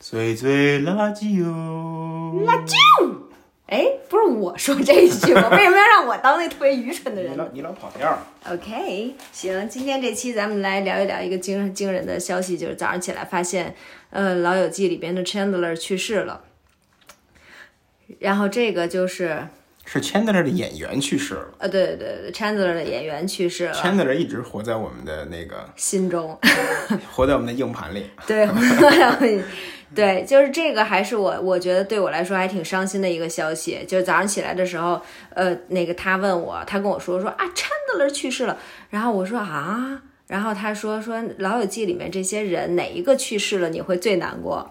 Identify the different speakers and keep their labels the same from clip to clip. Speaker 1: 最最垃圾哟，
Speaker 2: 垃圾。哎，不是我说这一句吗？为什么要让我当那特别愚蠢的人
Speaker 1: 你
Speaker 2: 呢
Speaker 1: 老你老跑调儿，
Speaker 2: ？OK，行，今天这期咱们来聊一聊一个惊惊人的消息，就是早上起来发现，呃，《老友记》里边的 Chandler 去世了。然后这个就是，
Speaker 1: 是 Chandler 的演员去世了。
Speaker 2: 呃，对对对对，Chandler 的演员去世了，
Speaker 1: Chandler 一直活在我们的那个，
Speaker 2: 心中。
Speaker 1: 活在我们的硬盘里。
Speaker 2: 对，然后对，就是这个还是我我觉得对我来说还挺伤心的一个消息。就是早上起来的时候，呃，那个他问我，他跟我说说啊，Chandler 去世了，然后我说啊，然后他说说《老友记》里面这些人哪一个去世了你会最难过？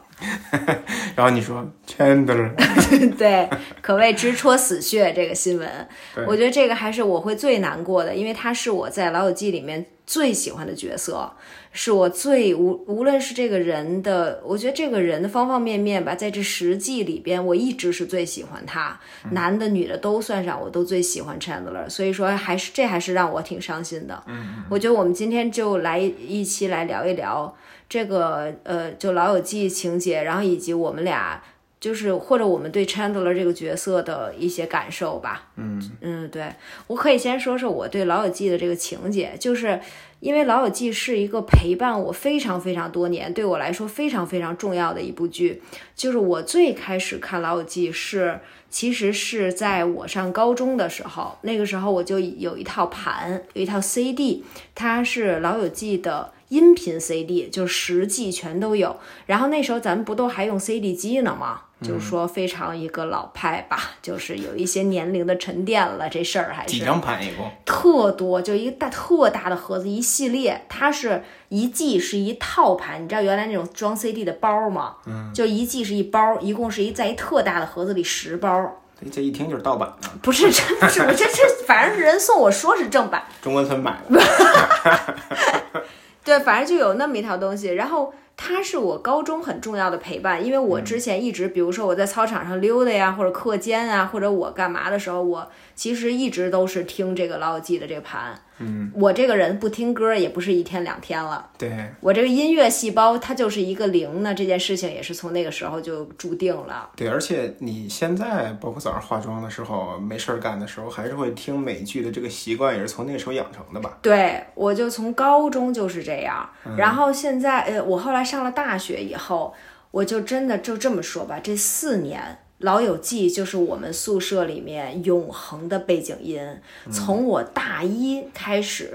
Speaker 1: 然后你说 Chandler，
Speaker 2: 对，可谓直戳死穴这个新闻
Speaker 1: 对，
Speaker 2: 我觉得这个还是我会最难过的，因为他是我在《老友记》里面最喜欢的角色，是我最无无论是这个人的，我觉得这个人的方方面面吧，在这十季里边，我一直是最喜欢他，男的女的都算上，我都最喜欢 Chandler，所以说还是这还是让我挺伤心的。嗯，我觉得我们今天就来一期来聊一聊。这个呃，就《老友记》情节，然后以及我们俩就是或者我们对 Chandler 这个角色的一些感受吧。嗯嗯，对我可以先说说我对《老友记》的这个情节，就是因为《老友记》是一个陪伴我非常非常多年，对我来说非常非常重要的一部剧。就是我最开始看《老友记》是，其实是在我上高中的时候，那个时候我就有一套盘，有一套 CD，它是《老友记》的。音频 CD 就是十季全都有，然后那时候咱们不都还用 CD 机呢吗？就是说非常一个老派吧，就是有一些年龄的沉淀了，这事儿还
Speaker 1: 几
Speaker 2: 是
Speaker 1: 张盘一共？
Speaker 2: 特多，就一个大特大的盒子，一系列，它是一季是一套盘，你知道原来那种装 CD 的包吗？嗯，就一季是一包，一共是一在一特大的盒子里十包，
Speaker 1: 这这一听就是盗版的，
Speaker 2: 不是，真不是，我这这反正人送我说是正版，
Speaker 1: 中关村买的。
Speaker 2: 对，反正就有那么一套东西。然后它是我高中很重要的陪伴，因为我之前一直，比如说我在操场上溜达呀，或者课间啊，或者我干嘛的时候，我其实一直都是听这个老友记的这个盘。嗯，我这个人不听歌也不是一天两天了，
Speaker 1: 对，
Speaker 2: 我这个音乐细胞它就是一个零呢，这件事情也是从那个时候就注定了。
Speaker 1: 对，而且你现在包括早上化妆的时候，没事儿干的时候，还是会听美剧的这个习惯，也是从那个时候养成的吧？
Speaker 2: 对，我就从高中就是这样，然后现在呃，我后来上了大学以后，我就真的就这么说吧，这四年《老友记》就是我们宿舍里面永恒的背景音，从我大一开始。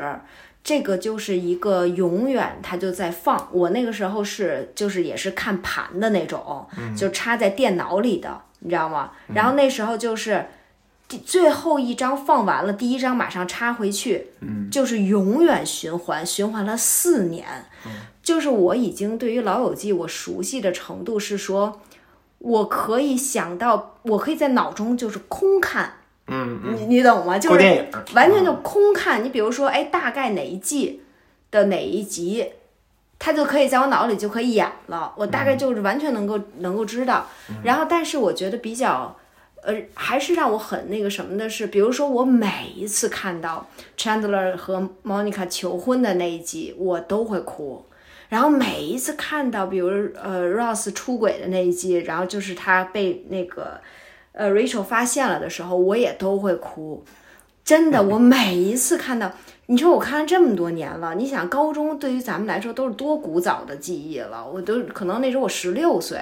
Speaker 2: 这个就是一个永远它就在放，我那个时候是就是也是看盘的那种，就插在电脑里的，你知道吗？然后那时候就是第最后一张放完了，第一张马上插回去，
Speaker 1: 嗯
Speaker 2: 就是永远循环，循环了四年。
Speaker 1: 嗯
Speaker 2: 就是我已经对于《老友记》我熟悉的程度是说，我可以想到，我可以在脑中就是空看，
Speaker 1: 嗯，
Speaker 2: 你你懂吗？就
Speaker 1: 过电
Speaker 2: 是
Speaker 1: 影
Speaker 2: 完全就空看。你比如说，哎，大概哪一季的哪一集，它就可以在我脑里就可以演了，我
Speaker 1: 嗯
Speaker 2: 大概就是完全能够、能够知道。然后，但是我觉得比较。呃，还是让我很那个什么的是，比如说我每一次看到 Chandler 和 Monica 求婚的那一集，我都会哭。然后每一次看到，比如呃 Ross 出轨的那一集，然后就是他被那个呃 Rachel 发现了的时候，我也都会哭。真的，我每一次看到，你说我看了这么多年了，你想高中对于咱们来说都是多古早的记忆了，我都可能那时候我十六岁，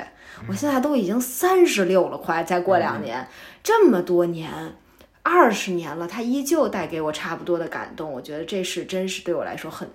Speaker 2: 我现在都已经三十六了，快再过两年，这么多年，二十年了，它依旧带给我差不多的感动。我觉得这是真是对我来说很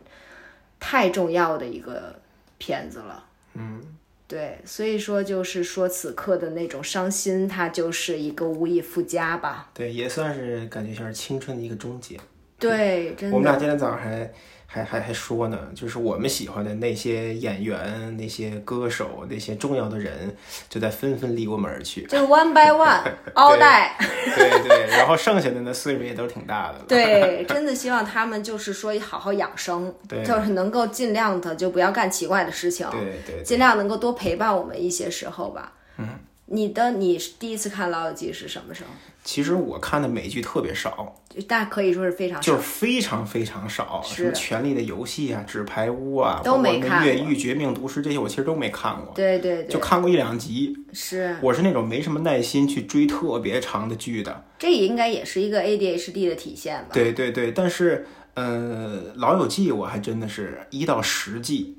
Speaker 2: 太重要的一个片子了。
Speaker 1: 嗯
Speaker 2: 对，所以说就是说此刻的那种伤心，它就是一个无以复加吧。
Speaker 1: 对，也算是感觉像是青春的一个终结。
Speaker 2: 对，真
Speaker 1: 我们
Speaker 2: 的，
Speaker 1: 俩今天早上还还还还说呢，就是我们喜欢的那些演员、那些歌手、那些重要的人，就在纷纷离我们而去。
Speaker 2: 就是 one by one
Speaker 1: 对
Speaker 2: 嗷带。
Speaker 1: 对对，然后剩下的那岁数也都挺大的了。
Speaker 2: 对，真的希望他们就是说好好养生，
Speaker 1: 对
Speaker 2: 就是能够尽量的就不要干奇怪的事情，
Speaker 1: 对对
Speaker 2: 尽量能够多陪伴我们一些时候吧。嗯，你的你是第一次看《老友记》是什么时候？
Speaker 1: 其实我看的美剧特别少，
Speaker 2: 就大可以说是非常
Speaker 1: 哦就是非常非常少，
Speaker 2: 是
Speaker 1: 什么《权力的游戏》啊，《纸牌屋》啊，
Speaker 2: 都没
Speaker 1: 包括
Speaker 2: 看
Speaker 1: 那
Speaker 2: 过
Speaker 1: 越狱》《绝命毒师》这些，我其实都没看过，
Speaker 2: 对对
Speaker 1: 就
Speaker 2: 对，
Speaker 1: 看过一两集。
Speaker 2: 是
Speaker 1: 我是那种没什么耐心去追特别长的剧的，
Speaker 2: 这应该也是一个 ADHD 的体现吧？
Speaker 1: 对对对。但是，呃，《老友记》我还真的是一到十季，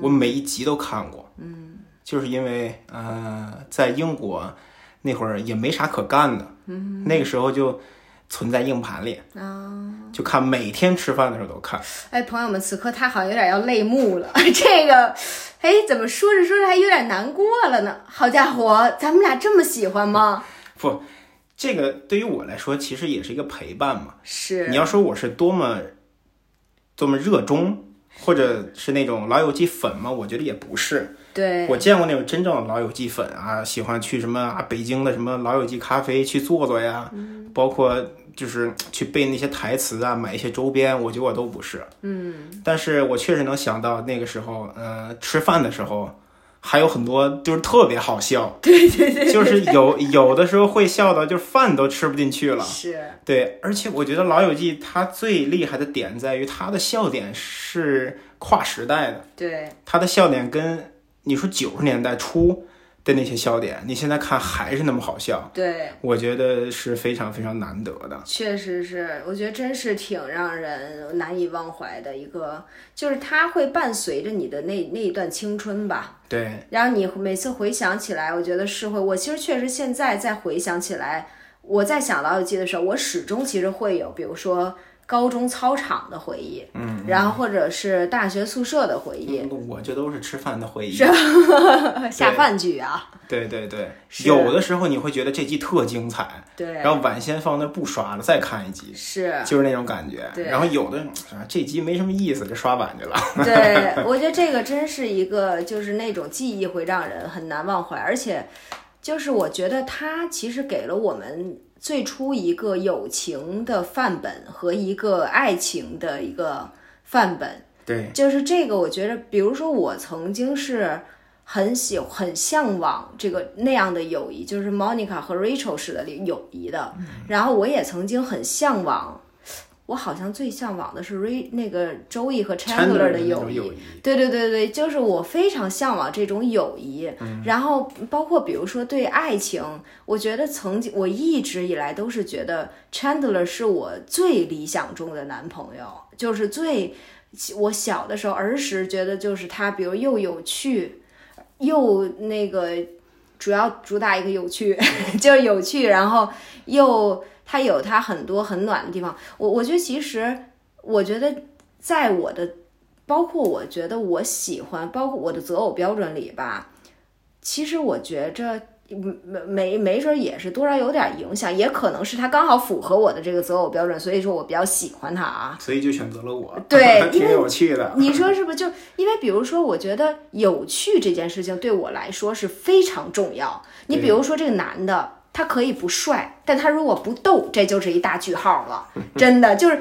Speaker 1: 我每一集都看过，嗯，就是因为呃，在英国那会儿也没啥可干的，嗯，哦那个时候就存在硬盘里，就看每天吃饭的时候都看。
Speaker 2: 哎，朋友们，此刻他好像有点要泪目了。 这个，哎，怎么说着说着还有点难过了呢？好家伙，咱们俩这么喜欢吗？
Speaker 1: 不，这个对于我来说其实也是一个陪伴嘛。
Speaker 2: 是
Speaker 1: 你要说我是多么多么热衷，或者是那种老友记粉吗？我觉得也不是。
Speaker 2: 对，
Speaker 1: 我见过那种真正的老友记粉啊，喜欢去什么啊北京的什么老友记咖啡去坐坐呀，包括就是去背那些台词啊，买一些周边。我觉得我都不是。嗯，但是我确实能想到那个时候，嗯、吃饭的时候。还有很多就是特别好笑， 对对对就是有有的时候会笑到就是饭都吃不进去了，
Speaker 2: 是
Speaker 1: 对，而且我觉得《老友记》它最厉害的点在于它的笑点是跨时代的，
Speaker 2: 对，
Speaker 1: 它的笑点跟你说九十年代初的那些笑点，你现在看还是那么好笑，
Speaker 2: 对，
Speaker 1: 我觉得是非常非常难得的。
Speaker 2: 确实是，我觉得真是挺让人难以忘怀的一个，就是它会伴随着你的那那一段青春吧。
Speaker 1: 对，
Speaker 2: 然后你每次回想起来，我觉得是会。我其实确实现在再回想起来，我在想老友记的时候，我始终其实会有，比如说高中操场的回忆，嗯，然后或者是大学宿舍的回忆，
Speaker 1: 嗯我这都是吃饭的回忆。
Speaker 2: 下饭剧啊，
Speaker 1: 对对对，
Speaker 2: 是
Speaker 1: 有的时候你会觉得这集特精彩，
Speaker 2: 对，
Speaker 1: 然后晚先放那不刷了，再看一集。
Speaker 2: 是。
Speaker 1: 就是那种感觉，
Speaker 2: 对
Speaker 1: 然后有的啊，这集没什么意思，就刷碗去了。
Speaker 2: 对，我觉得这个真是一个，就是那种记忆会让人很难忘怀，而且就是我觉得它其实给了我们最初一个友情的范本和一个爱情的一个范本，
Speaker 1: 对，
Speaker 2: 就是这个，我觉得，比如说我曾经是很喜很向往这个那样的友谊，就是 Monica 和 Rachel 式的友谊的。
Speaker 1: 嗯
Speaker 2: 然后我也曾经很向往，我好像最向往的是 Ray 那个周易和 Chandler
Speaker 1: 那
Speaker 2: 的友
Speaker 1: 种
Speaker 2: 谊
Speaker 1: 友。谊，
Speaker 2: 对对对对，就是我非常向往这种友谊，
Speaker 1: 嗯
Speaker 2: 然后包括比如说对爱情，我觉得曾经我一直以来都是觉得 Chandler 是我最理想中的男朋友，就是最我小的时候儿时觉得就是他，比如又有趣，又那个主要主打一个有趣， 就是有趣，然后又他有他很多很暖的地方。我我觉得其实我觉得在我的包括我觉得我喜欢，包括我的择偶标准里吧，其实我觉着。嗯没没没准儿也是多少有点影响，也可能是他刚好符合我的这个择偶标准，所以说我比较喜欢他啊。
Speaker 1: 所以就选择了我。
Speaker 2: 对 因
Speaker 1: 挺
Speaker 2: 为
Speaker 1: 有趣的。
Speaker 2: 你说是不是就？因为比如说，我觉得有趣这件事情对我来说是非常重要。你比如说这个男的，他可以不帅，但他如果不逗，这就是一大句号了。真的就是，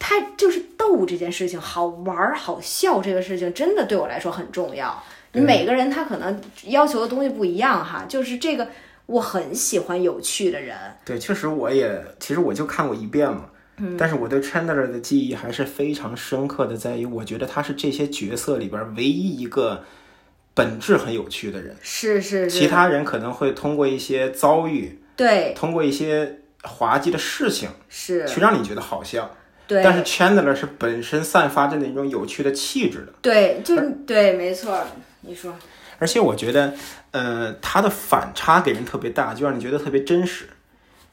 Speaker 2: 他就是逗这件事情好玩儿、好笑这个事情，真的对我来说很重要。你每个人他可能要求的东西不一样哈，就是这个我很喜欢有趣的人。
Speaker 1: 对，确实我也，其实我就看过一遍嘛。嗯，但是我对 Chandler 的记忆还是非常深刻的，在于我觉得他是这些角色里边唯一一个本质很有趣的人。
Speaker 2: 是是
Speaker 1: 其
Speaker 2: 是，
Speaker 1: 他人可能会通过一些遭遇，
Speaker 2: 对，
Speaker 1: 通过一些滑稽的事情，
Speaker 2: 是，
Speaker 1: 去让你觉得好笑。
Speaker 2: 对，
Speaker 1: 但是 Chandler 是本身散发着那种有趣的气质的，
Speaker 2: 对，就是对，没错儿，你说。
Speaker 1: 而且我觉得，呃，他的反差给人特别大，就让你觉得特别真实。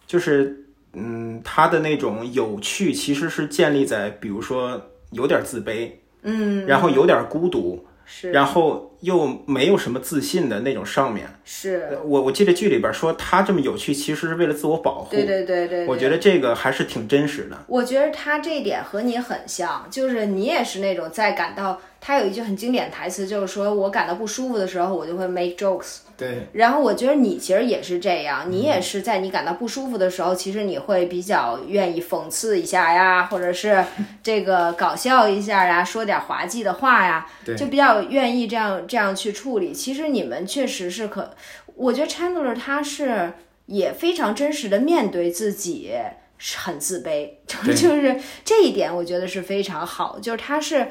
Speaker 1: 就是，嗯，他的那种有趣其实是建立在，比如说有点自卑，嗯，然后有点孤独，
Speaker 2: 是
Speaker 1: 然后又没有什么自信的那种上面。
Speaker 2: 是，
Speaker 1: 呃我我记得剧里边说他这么有趣，其实是为了自我保护。
Speaker 2: 对对对对对。
Speaker 1: 我觉得这个还是挺真实的。
Speaker 2: 我觉得他这一点和你很像，就是你也是那种在感到他有一句很经典台词，就是说我感到不舒服的时候，我就会 make jokes。
Speaker 1: 对嗯
Speaker 2: 然后我觉得你其实也是这样，你也是在你感到不舒服的时候，其实你会比较愿意讽刺一下呀，或者是这个搞笑一下呀，说点滑稽的话呀，就比较愿意这样这样去处理。其实你们确实是可，我觉得 Chandler 他是也非常真实的面对自己。很自卑，就
Speaker 1: 对
Speaker 2: 就是这一点，我觉得是非常好，就是他是，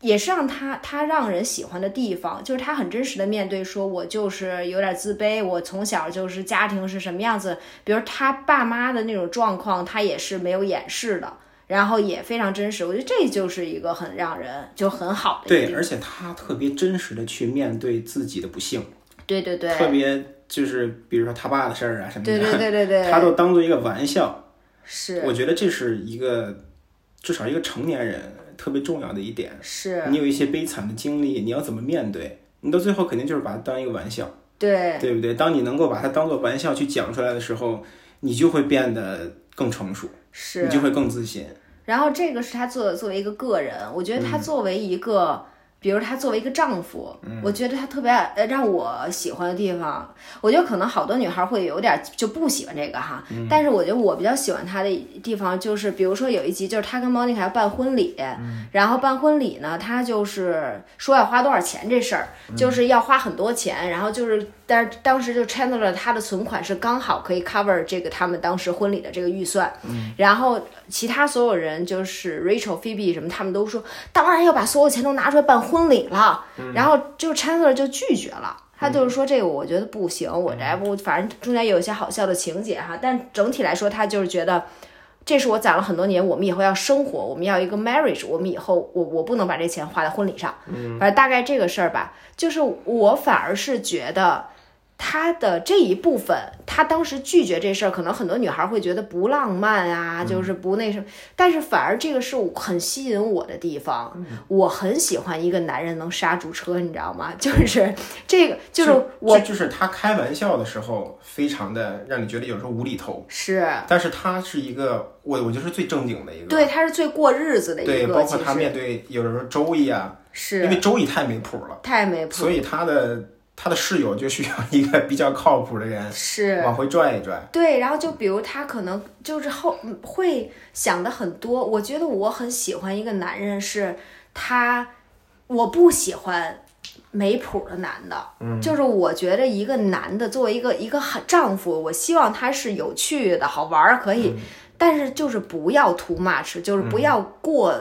Speaker 2: 也是让他他让人喜欢的地方，就是他很真实的面对，说我就是有点自卑，我从小就是家庭是什么样子，比如他爸妈的那种状况，他也是没有掩饰的，然后也非常真实，我觉得这就是一个很让人就很好的一
Speaker 1: 对，
Speaker 2: 个
Speaker 1: 而且他特别真实的去面对自己的不幸，
Speaker 2: 对对对
Speaker 1: 特别就是比如说他爸的事儿啊什么的，
Speaker 2: 对对对对对，
Speaker 1: 他都当做一个玩笑。
Speaker 2: 是
Speaker 1: 我觉得这是一个至少一个成年人特别重要的一点。
Speaker 2: 是，
Speaker 1: 你有一些悲惨的经历，你要怎么面对？你到最后肯定就是把它当一个玩笑，
Speaker 2: 对
Speaker 1: 对不对？当你能够把它当做玩笑去讲出来的时候，你就会变得更成熟，
Speaker 2: 是
Speaker 1: 你就会更自信。
Speaker 2: 然后这个是他作作为一个个人，我觉得他作为一个，比如他作为一个丈夫，我觉得他特别呃让我喜欢的地方，我觉得可能好多女孩会有点就不喜欢这个哈，但是我觉得我比较喜欢他的地方就是，比如说有一集就是他跟莫妮卡要办婚礼，然后办婚礼呢，他就是说要花多少钱这事儿，就是要花很多钱，然后就是但是当时就 Chandler 他的存款是刚好可以 cover 这个他们当时婚礼的这个预算，然后其他所有人就是 Rachel、Phoebe 什么，他们都说当然要把所有钱都拿出来办婚礼了，然后就 Chandler 就拒绝了。他就是说这个，我觉得不行，我这不，反正中间有一些好笑的情节哈，但整体来说，他就是觉得，这是我攒了很多年，我们以后要生活，我们要一个 marriage，我们以后我我不能把这钱花在婚礼上，反正大概这个事儿吧，就是我反而是觉得，他的这一部分，他当时拒绝这事儿，可能很多女孩会觉得不浪漫
Speaker 1: 嗯
Speaker 2: 啊，就是不那什么。但是反而这个是我很吸引我的地方，
Speaker 1: 嗯
Speaker 2: 我很喜欢一个男人能刹住车，你知道吗？就是这个，就是我
Speaker 1: 这就是他开玩笑的时候，非常的让你觉得有时候无厘头，
Speaker 2: 是
Speaker 1: 但是他是一个我我觉得是最正经的一个，
Speaker 2: 对，他是最过日子的一
Speaker 1: 对，
Speaker 2: 个，
Speaker 1: 包
Speaker 2: 其
Speaker 1: 括他
Speaker 2: 实
Speaker 1: 面对有的时候周易啊，因
Speaker 2: 是
Speaker 1: 为周易太没谱了，
Speaker 2: 太没谱
Speaker 1: 所以他的他的室友就需要一个比较靠谱的人
Speaker 2: 是。
Speaker 1: 往回拽一拽。
Speaker 2: 对，然后就比如他可能就是后嗯会想的很多。我觉得我很喜欢一个男人是他，我不喜欢没谱的男的。嗯，就是我觉得一个男的作为一个一个好丈夫，我希望他是有趣的、好玩儿，可以，但是就是不要 too much，就是不要过。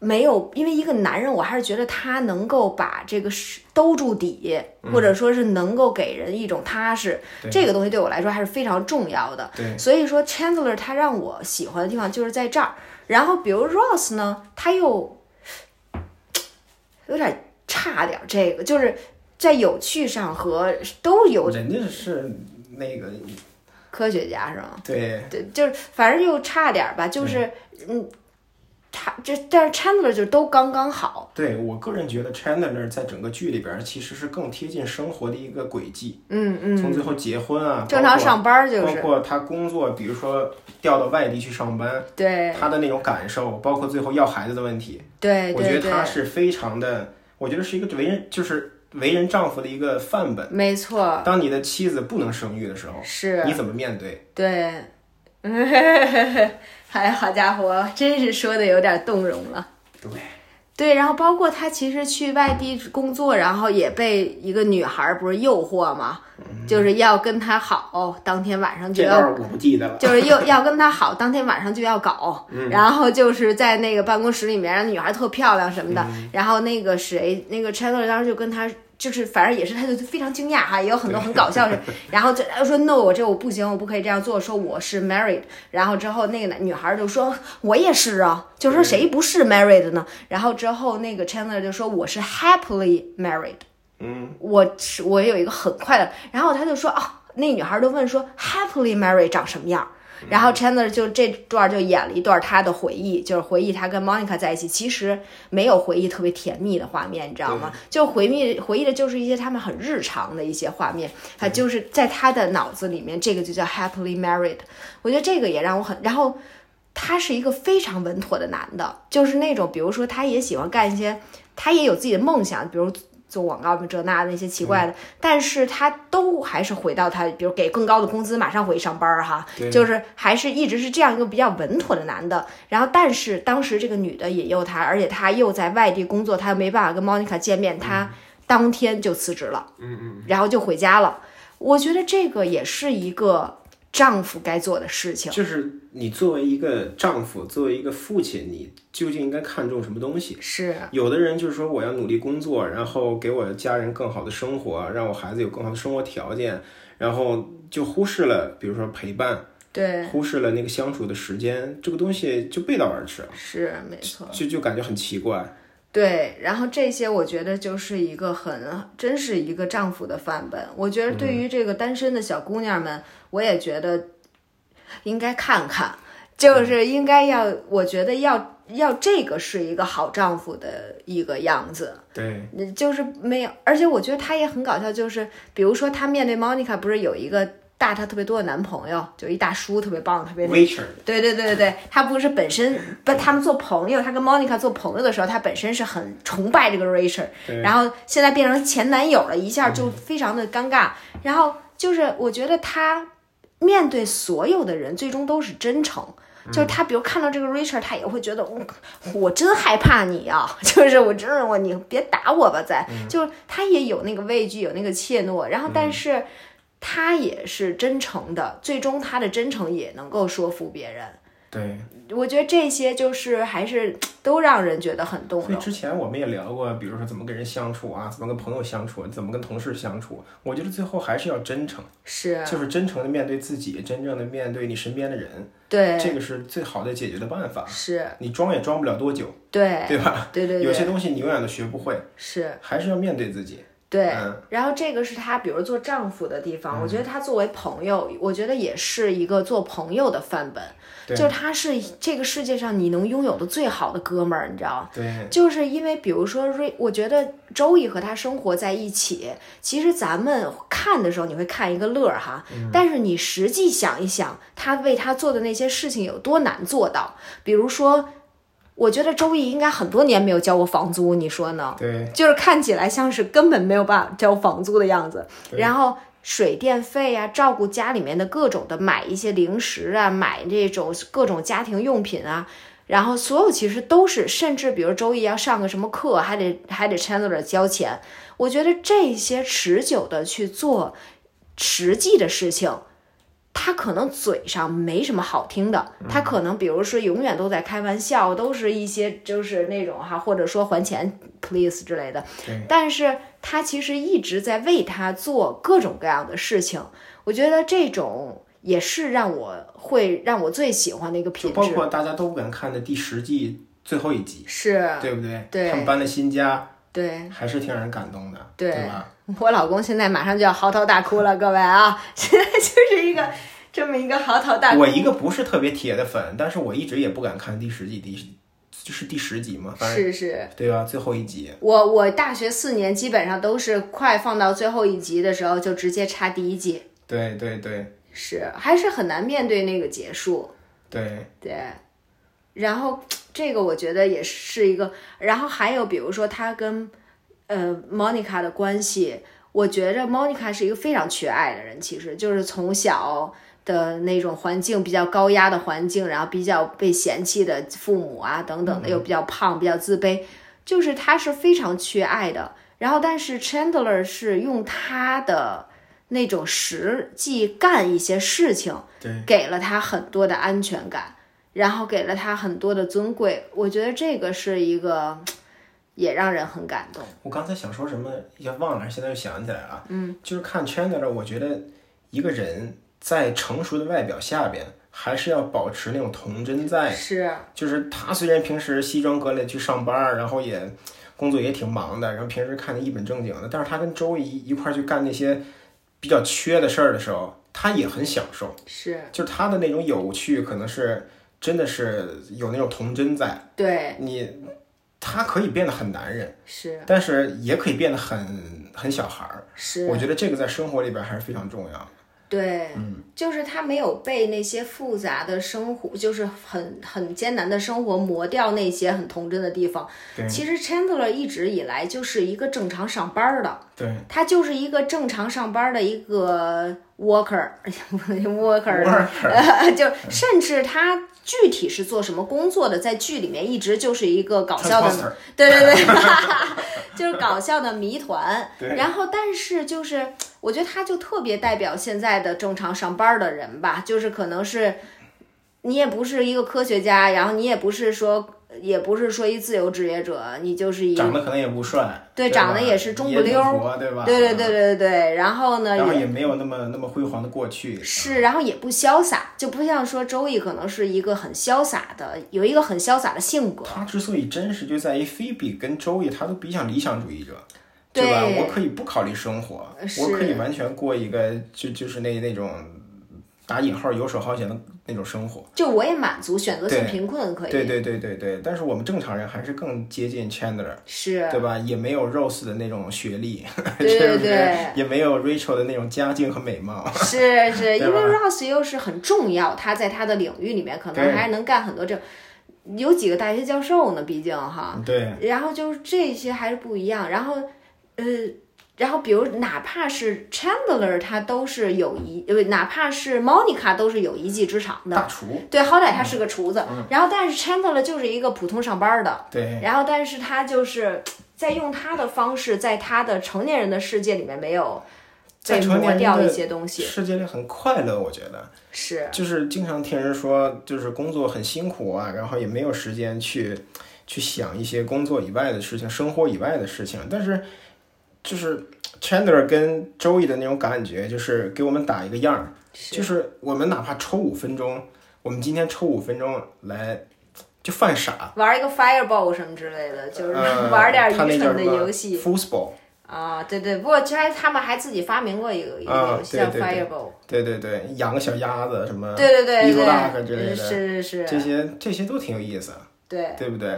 Speaker 2: 没有，因为一个男人，我还是觉得他能够把这个是兜住底，或者说是能够给人一种踏实，
Speaker 1: 对
Speaker 2: 这个东西对我来说还是非常重要的。
Speaker 1: 对，
Speaker 2: 所以说 Chandler 他让我喜欢的地方就是在这儿。然后比如 Ross 呢，他又有点差点儿这个，就是在有趣上和都有
Speaker 1: 人家是那个
Speaker 2: 科学家是吗？
Speaker 1: 对
Speaker 2: 对，就是反正就差点儿吧，就是嗯，他这但是 Chandler 就都刚刚好。
Speaker 1: 对，我个人觉得 Chandler 在整个剧里边儿其实是更贴近生活的一个轨迹，
Speaker 2: 嗯
Speaker 1: 从
Speaker 2: 嗯，
Speaker 1: 最后结婚啊，
Speaker 2: 正常
Speaker 1: 包
Speaker 2: 上班儿
Speaker 1: 括
Speaker 2: 就
Speaker 1: 包
Speaker 2: 是
Speaker 1: 括他工作，比如说调到外地去上班，
Speaker 2: 对
Speaker 1: 他的那种感受，包括最后要孩子的问题，
Speaker 2: 对
Speaker 1: 我觉
Speaker 2: 对
Speaker 1: 得他
Speaker 2: 对，
Speaker 1: 是非常的，我觉得是一个为人就是为人丈夫的一个范本。哦
Speaker 2: 没错，
Speaker 1: 当你的妻子不能生育的时候，
Speaker 2: 是
Speaker 1: 你怎么面对？
Speaker 2: 对。 哎，好家伙，真是说的有点动容了。
Speaker 1: 对，
Speaker 2: 对，然后包括他其实去外地工作，然后也被一个女孩儿不是诱惑嘛，就是要跟他好，当天晚上就
Speaker 1: 这
Speaker 2: 要
Speaker 1: 段儿我不记得了。
Speaker 2: 就是又要跟他好，当天晚上就要搞， 然后就是在那个办公室里面，然后女孩特漂亮什么的，然后那个谁，那个 Chandler 当时就跟他。就是，反正也是，他就非常惊讶哈，也有很多很搞笑的，然后就他说 no，我这我不行，我不可以这样做，说我是 married，然后之后那个男女孩就说我也是啊，就说谁不是 married 呢？然后之后那个 Chandler 就说我是 happily married，
Speaker 1: 嗯，
Speaker 2: 我是我有一个很快的，然后他就说哦，那女孩就问说 happily married 长什么样儿？然后 Chandler 就这段就演了一段他的回忆，就是回忆他跟 Monica 在一起，其实没有回忆特别甜蜜的画面，你知道吗？就回忆回忆的就是一些他们很日常的一些画面，他就是在他的脑子里面，这个就叫 happily married。我觉得这个也让我很，然后他是一个非常稳妥的男的，就是那种比如说他也喜欢干一些，他也有自己的梦想，比如做广告这那的那些奇怪
Speaker 1: 嗯
Speaker 2: 的，但是他都还是回到他，比如给更高的工资，马上回去上班儿哈，
Speaker 1: 对
Speaker 2: 就是还是一直是这样一个比较稳妥的男的。然后，但是当时这个女的引诱他，而且他又在外地工作，他又没办法跟 Monica 见面，他当天就辞职了，
Speaker 1: 嗯嗯，
Speaker 2: 然后就回家了。我觉得这个也是一个丈夫该做的事情。
Speaker 1: 就是你作为一个丈夫，作为一个父亲，你究竟应该看重什么东西？
Speaker 2: 是，啊
Speaker 1: 有的人就是说我要努力工作，然后给我家人更好的生活，让我孩子有更好的生活条件，然后就忽视了，比如说陪伴，
Speaker 2: 对，
Speaker 1: 忽视了那个相处的时间，这个东西就背道而驰，
Speaker 2: 是没错。
Speaker 1: 就就感觉很奇怪。
Speaker 2: 对，然后这些我觉得就是一个很，真是一个丈夫的范本。我觉得对于这个单身的小姑娘们，我也觉得应该看看，就是应该要，我觉得要要这个是一个好丈夫的一个样子。
Speaker 1: 对，
Speaker 2: 嗯就是没有，而且我觉得他也很搞笑，就是比如说他面对 Monica 不是有一个大他特别多的男朋友，就一大叔特别棒，特别
Speaker 1: waiter
Speaker 2: 对对对对对，他不是本身不，他们做朋友，他跟 Monica 做朋友的时候，他本身是很崇拜这个 Rachel，
Speaker 1: 对
Speaker 2: 然后现在变成前男友了，一下就非常的尴尬。然后就是我觉得他面对所有的人，最终都是真诚。就是他，比如看到这个 Richard，他也会觉得我我真害怕你啊！就是我真的我你别打我吧，再、就是他也有那个畏惧，有那个怯懦，然后但是他也是真诚的，最终他的真诚也能够说服别人。
Speaker 1: 对。
Speaker 2: 我觉得这些就是还是都让人觉得很动
Speaker 1: 所以
Speaker 2: 容。
Speaker 1: 之前我们也聊过，比如说怎么跟人相处啊，怎么跟朋友相处，怎么跟同事相处。我觉得最后还是要真诚，
Speaker 2: 是
Speaker 1: 就是真诚的面对自己，真正的面对你身边的人，
Speaker 2: 对，
Speaker 1: 这个是最好的解决的办法。
Speaker 2: 是
Speaker 1: 你装也装不了多久，
Speaker 2: 对，
Speaker 1: 对吧？
Speaker 2: 对对
Speaker 1: 有
Speaker 2: 对，
Speaker 1: 些东西你永远都学不会，
Speaker 2: 是
Speaker 1: 还是要面对自己。
Speaker 2: 对。
Speaker 1: 嗯
Speaker 2: 然后这个是他，比如做丈夫的地方，我觉得他作为朋友，我觉得也是一个做朋友的范本，
Speaker 1: 对
Speaker 2: 就是他是这个世界上你能拥有的最好的哥们儿，你知道吗？
Speaker 1: 对，
Speaker 2: 就是因为，比如说瑞，我觉得周易和他生活在一起，其实咱们看的时候你会看一个乐儿哈，但是你实际想一想，他为他做的那些事情有多难做到。比如说，我觉得周易应该很多年没有交过房租，你说呢？
Speaker 1: 对，
Speaker 2: 就是看起来像是根本没有办法交房租的样子。
Speaker 1: 对
Speaker 2: 然后水电费啊，照顾家里面的各种的，买一些零食啊，买这种各种家庭用品啊。然后所有其实都是，甚至比如周易要上个什么课，还得还得 Chandler 交钱。我觉得这些持久的去做实际的事情，他可能嘴上没什么好听的，他可能比如说永远都在开玩笑，都是一些就是那种哈，或者说还钱 please 之类的
Speaker 1: 对。
Speaker 2: 但是他其实一直在为他做各种各样的事情，我觉得这种也是让我会让我最喜欢的一个
Speaker 1: 就
Speaker 2: 品
Speaker 1: 包
Speaker 2: 质。
Speaker 1: 括大家都不敢看的第十季最后一集，
Speaker 2: 是，
Speaker 1: 对不对？
Speaker 2: 对
Speaker 1: 他们搬了新家，
Speaker 2: 对
Speaker 1: 还是挺让人感动的，
Speaker 2: 对
Speaker 1: 吧？
Speaker 2: 我老公现在马上就要嚎啕大哭了，各位啊， 现在就是一
Speaker 1: 嗯
Speaker 2: 个这么一个嚎啕大哭。
Speaker 1: 我一个不是特别铁的粉，但是我一直也不敢看第十季，第十就是第十集嘛，反正
Speaker 2: 是是，
Speaker 1: 对吧？最后一集，
Speaker 2: 我我大学四年基本上都是快放到最后一集的时候就直接插第一季，
Speaker 1: 对对对
Speaker 2: 是还是很难面对那个结束，
Speaker 1: 对，
Speaker 2: 对。然后这个我觉得也是一个，然后还有比如说他跟呃 Monica 的关系，我觉着 Monica 是一个非常缺爱的人，其实就是从小。的那种环境比较高压的环境，然后比较被嫌弃的父母啊等等的，又比较胖，比较自卑，就是他是非常缺爱的。然后，但是 Chandler 是用他的那种实际干一些事情，
Speaker 1: 对，
Speaker 2: 给了他很多的安全感，然后给了他很多的尊贵。我觉得这个是一个，也让人很感动。
Speaker 1: 我刚才想说什么也忘了，现在又想起来了。嗯，就是看 Chandler，我觉得一个人在成熟的外表下边，还是要保持那种童真在。
Speaker 2: 是
Speaker 1: 就是他虽然平时西装革履去上班，然后也工作也挺忙的，然后平时看着一本正经的，但是他跟周一一块儿去干那些比较缺的事儿的时候，他也很享受。
Speaker 2: 是，
Speaker 1: 就是他的那种有趣，可能是真的是有那种童真在。
Speaker 2: 对
Speaker 1: 你，他可以变得很男人。
Speaker 2: 是
Speaker 1: 但是也可以变得很很小孩儿。
Speaker 2: 是
Speaker 1: 我，觉得这个在生活里边还是非常重要的。
Speaker 2: 对，
Speaker 1: 嗯
Speaker 2: 就是他没有被那些复杂的生活，就是很很艰难的生活磨掉那些很童真的地方。
Speaker 1: 对
Speaker 2: 其实 Chandler 一直以来就是一个正常上班儿的。
Speaker 1: 对
Speaker 2: 他就是一个正常上班的一个 Walker Walker，呃， 就甚至他具体是做什么工作的，在剧里面一直就是一个搞笑的， 对对对，就是搞笑的谜团。然后，但是就是我觉得他就特别代表现在的正常上班的人吧，就是可能是你也不是一个科学家，然后你也不是说。也不是说一自由职业者，你就是一
Speaker 1: 长得可能也不帅，
Speaker 2: 对，
Speaker 1: 对
Speaker 2: 长得也是中不溜，
Speaker 1: 对吧？
Speaker 2: 对对对对对。然后呢，
Speaker 1: 然后也没有那么那么辉煌的过去，
Speaker 2: 是，然后也不潇洒，就不像说周易可能是一个很潇洒的，有一个很潇洒的性格。
Speaker 1: 他之所以真实，就在于菲比跟周易，他都比较理想主义者。
Speaker 2: 对
Speaker 1: 吧？我可以不考虑生活，我可以完全过一个就就是那那种打引号游手好闲的那种生活。
Speaker 2: 就我也满足选择性贫困可以。
Speaker 1: 对对对对对，但是我们正常人还是更接近 Chandler，
Speaker 2: 是
Speaker 1: 对吧？也没有 Rose 的那种学历，
Speaker 2: 对
Speaker 1: 是
Speaker 2: 对
Speaker 1: 不是
Speaker 2: 对？
Speaker 1: 也没有 Rachel 的那种家境和美貌。
Speaker 2: 是 是，因
Speaker 1: 啊对吧
Speaker 2: 为 Ross 又是很重要，他在他的领域里面可
Speaker 1: 对
Speaker 2: 能还能干很多这，有几个大学教授呢，毕竟啊哈。
Speaker 1: 对，
Speaker 2: 然后就是这些还是不一样。然后，呃，然后比如哪怕是 Chandler，他都是有一，呃，哪怕是 Monica 都是有一技之长的。
Speaker 1: 大厨，嗯
Speaker 2: 对，好歹他是个厨子。然后，但是 Chandler 就是一个普通上班的。
Speaker 1: 对
Speaker 2: 然后，但是他就是在用他的方式，在他的成年人的世界里面没有
Speaker 1: 在
Speaker 2: 被
Speaker 1: 成年
Speaker 2: 磨
Speaker 1: 人
Speaker 2: 掉
Speaker 1: 的啊
Speaker 2: 一些东西。
Speaker 1: 世界里很快乐，我觉得
Speaker 2: 是
Speaker 1: 就是经常听人说，就是工作很辛苦啊，然后也没有时间去去想一些工作以外的事情、生活以外的事情。但是就是 Chandler 跟 Joey 的那种感觉，就是给我们打一个样儿，就是是我们哪怕抽五分钟，我们今天抽五分钟来就犯傻，
Speaker 2: 玩一个 Fireball 什么之类的，就是
Speaker 1: 呃
Speaker 2: 玩点
Speaker 1: 他那
Speaker 2: 愚
Speaker 1: 叫
Speaker 2: 蠢
Speaker 1: 什
Speaker 2: 的
Speaker 1: 么
Speaker 2: 游戏。
Speaker 1: ，foosball。
Speaker 2: 啊，对对，不过其实他们还自己发明过一个一
Speaker 1: 啊
Speaker 2: 个游戏
Speaker 1: 对
Speaker 2: 叫
Speaker 1: 对对
Speaker 2: Fireball，
Speaker 1: 对对对，养个小鸭子什么，
Speaker 2: 对对对
Speaker 1: Eagle Duck 啊
Speaker 2: 对
Speaker 1: 之类的啊
Speaker 2: 对，是是
Speaker 1: 这
Speaker 2: 是，
Speaker 1: 些这些都挺有意思，
Speaker 2: 对
Speaker 1: 对不对？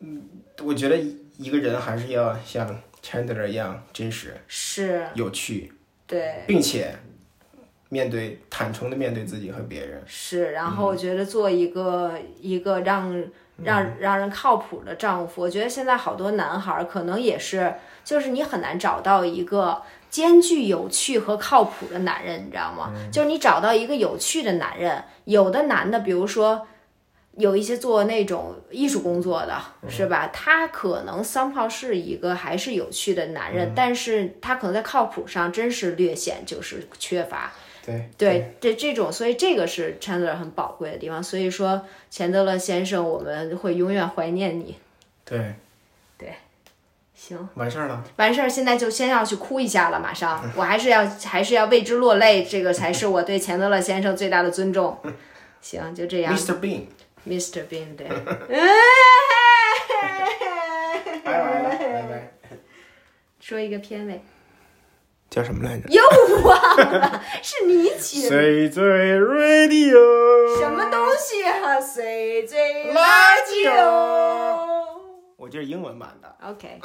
Speaker 1: 嗯
Speaker 2: 对
Speaker 1: 我觉得一个人还是要像 Chandler 一样真实、
Speaker 2: 是，
Speaker 1: 有趣，
Speaker 2: 对
Speaker 1: 并且面对坦诚的面对自己和别人。
Speaker 2: 是。然后我觉得做一个一个让让让人靠谱的丈夫，我觉得现在好多男孩儿可能也是，就是你很难找到一个。兼具有趣和靠谱的男人，你知道吗？就是你找到一个有趣的男人，有的男的，比如说有一些做那种艺术工作的，是吧？他可能 somehow 是一个还是有趣的男人，但是他可能在靠谱上真是略显就是缺乏。
Speaker 1: 对
Speaker 2: 啊对，这这种，所以这个是 Chandler 很宝贵的地方。所以说，钱德勒先生，我们会永远怀念你。
Speaker 1: 对，
Speaker 2: 行，
Speaker 1: 完事儿了。
Speaker 2: 完事儿，现在就先要去哭一下了，马上，我还是要还是要为之落泪，这个才是我对钱德勒先生最大的尊重。行，就这样
Speaker 1: Mr. Bean，
Speaker 2: ，Mr. Bean 对。
Speaker 1: 拜拜了，
Speaker 2: 哎
Speaker 1: 拜拜。
Speaker 2: 说一个片尾，
Speaker 1: 叫什么来着？
Speaker 2: 又忘了，是你起的
Speaker 1: 谁最 radio？
Speaker 2: 什么东西啊？谁最
Speaker 1: 垃圾
Speaker 2: 圾哦
Speaker 1: 我这是英文版的。
Speaker 2: ？OK。